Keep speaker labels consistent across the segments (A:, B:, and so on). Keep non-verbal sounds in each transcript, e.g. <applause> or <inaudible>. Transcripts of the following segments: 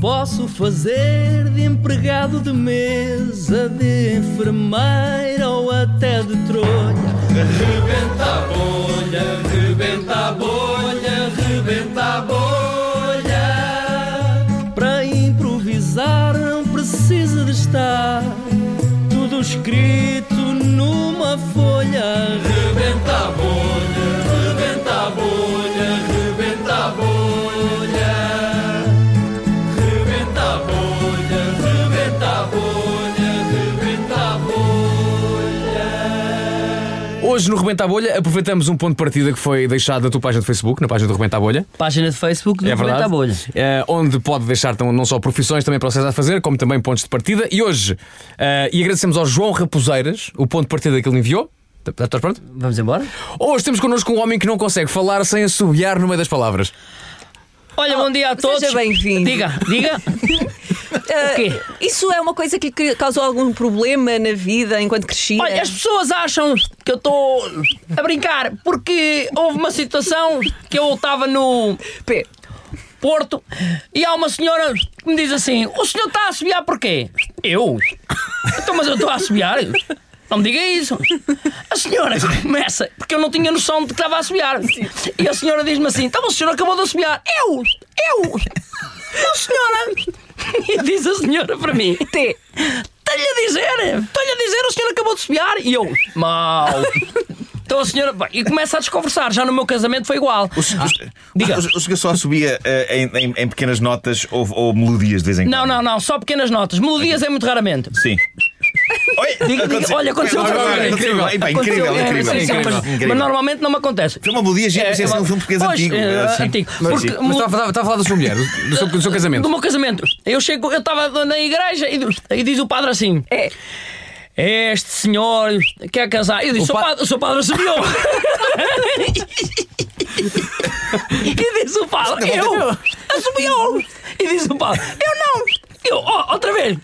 A: Posso fazer de empregado de mesa, de enfermeira ou até de trolha.
B: Rebenta a bolha, rebenta a bolha, rebenta a bolha.
A: Para improvisar não precisa de estar tudo escrito numa folha.
B: Rebenta a bolha, rebenta a bolha, rebenta a bolha. Rebenta a bolha, rebenta a bolha, rebenta a bolha.
C: Hoje no Rebenta a Bolha aproveitamos um ponto de partida que foi deixado da tua página do Facebook, na página do Rebenta a Bolha.
A: Página de Facebook do
C: É verdade.
A: Rebenta a Bolha.
C: Eh, onde pode deixar tão- não só profissões também para vocês a fazer, como também pontos de partida. E hoje, eh, e agradecemos ao João Raposeiras o ponto de partida que ele enviou. Tá- tá- Estás pronto?
A: Vamos embora?
C: Hoje temos connosco um homem que não consegue falar sem assobiar no meio das palavras.
A: Olha, bom dia a todos.
D: seja bem-vindo.
A: Diga, diga.
D: Ah,
A: quê?
D: isso é uma coisa que lhe causou algum problema na vida enquanto crescia?
A: Olha, as pessoas acham que eu estou a brincar porque houve uma situação que eu estava no
D: Pê,
A: Porto e há uma senhora que me diz assim: O senhor está a assobiar porquê? Eu? Então, mas eu estou a assobiar? Não me diga isso. A senhora começa, porque eu não tinha noção de que estava a assobiar. E a senhora diz-me assim: Então, o senhor acabou de assobiar. Eu? Eu? Não, senhora. E diz a senhora para mim:
D: Tê,
A: Estou-lhe a dizer! Estou-lhe a dizer, o senhor acabou de subiar! E eu, mal! Então a senhora. bem, E começa a desconversar, já no meu casamento foi igual.
E: O, se- o, se-
A: Ah, Diga.
E: o se- o senhor só subia eh, em, em- em pequenas notas ou, ou melodias de vez em
A: Não,
E: quando?
A: não, não, só pequenas notas. Melodias é muito raramente.
E: Sim. Oi,
A: diga, olha, aconteceu
E: Olha,
C: outra
E: olha,
C: vez.
E: Incrível,
C: Aconteceu.
E: Bem, incrível,
A: Aconteceu, é,
E: incrível.
A: sim, sim,
E: incrível,
A: mas-
E: incrível.
A: Mas normalmente não me acontece.
E: Foi uma melodia gira, mas é
A: é,
E: um filme português
A: pois,
E: antigo.
A: é,
E: assim.
A: antigo.
E: Mas
A: Porque-
E: sim.
C: Mas estava- estava estava a falar da sua mulher, do- do seu, do
A: <laughs>
C: seu
A: Do
C: casamento.
A: meu casamento, eu chego, eu estava na igreja e, e diz o padre assim:
D: é.
A: Este senhor quer casar. Eu disse:
C: O
A: O seu
C: pa-
A: padre, o seu padre subiu. e diz o padre: Eu. Assumiu. E diz o padre: Eu não. Eu, ó, outra vez.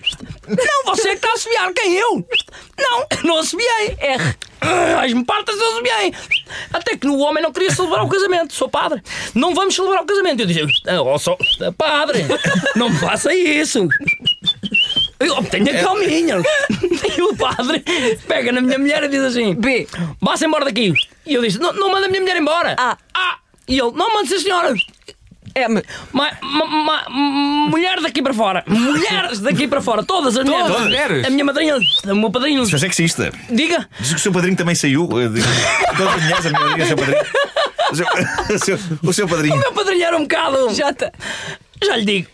A: Não, você que está a assobiar, quem eu? Não, eu não assobiei. R. As-me partas eu assobiei. Até que o homem não queria celebrar o casamento. Sou padre. Não vamos celebrar o casamento. Eu disse: "Ah, ó, sou padre, não faça isso. Eu tenho calminha. E o padre pega na minha mulher e diz assim:
D: B.
A: Vá-se embora daqui. E eu disse: Não, não manda a minha mulher embora.
D: Ah.
A: Ah. E ele: Não manda, sim, senhora.
D: M.
A: Ma, ma, ma- mulher daqui para fora. Mulheres daqui para fora. Todas as mulheres.
C: Todas. Mulheres.
A: A minha madrinha, o meu padrinho.
E: Mas é sexista.
A: Diga.
E: Diz que o seu padrinho também saiu. eh, de- <laughs> Todas as mulheres, a minha amiga, o seu padrinho. O seu, <laughs> o seu, o seu
A: O
E: padrinho.
A: meu padrinho era um bocado.
D: J.
A: Já lhe digo.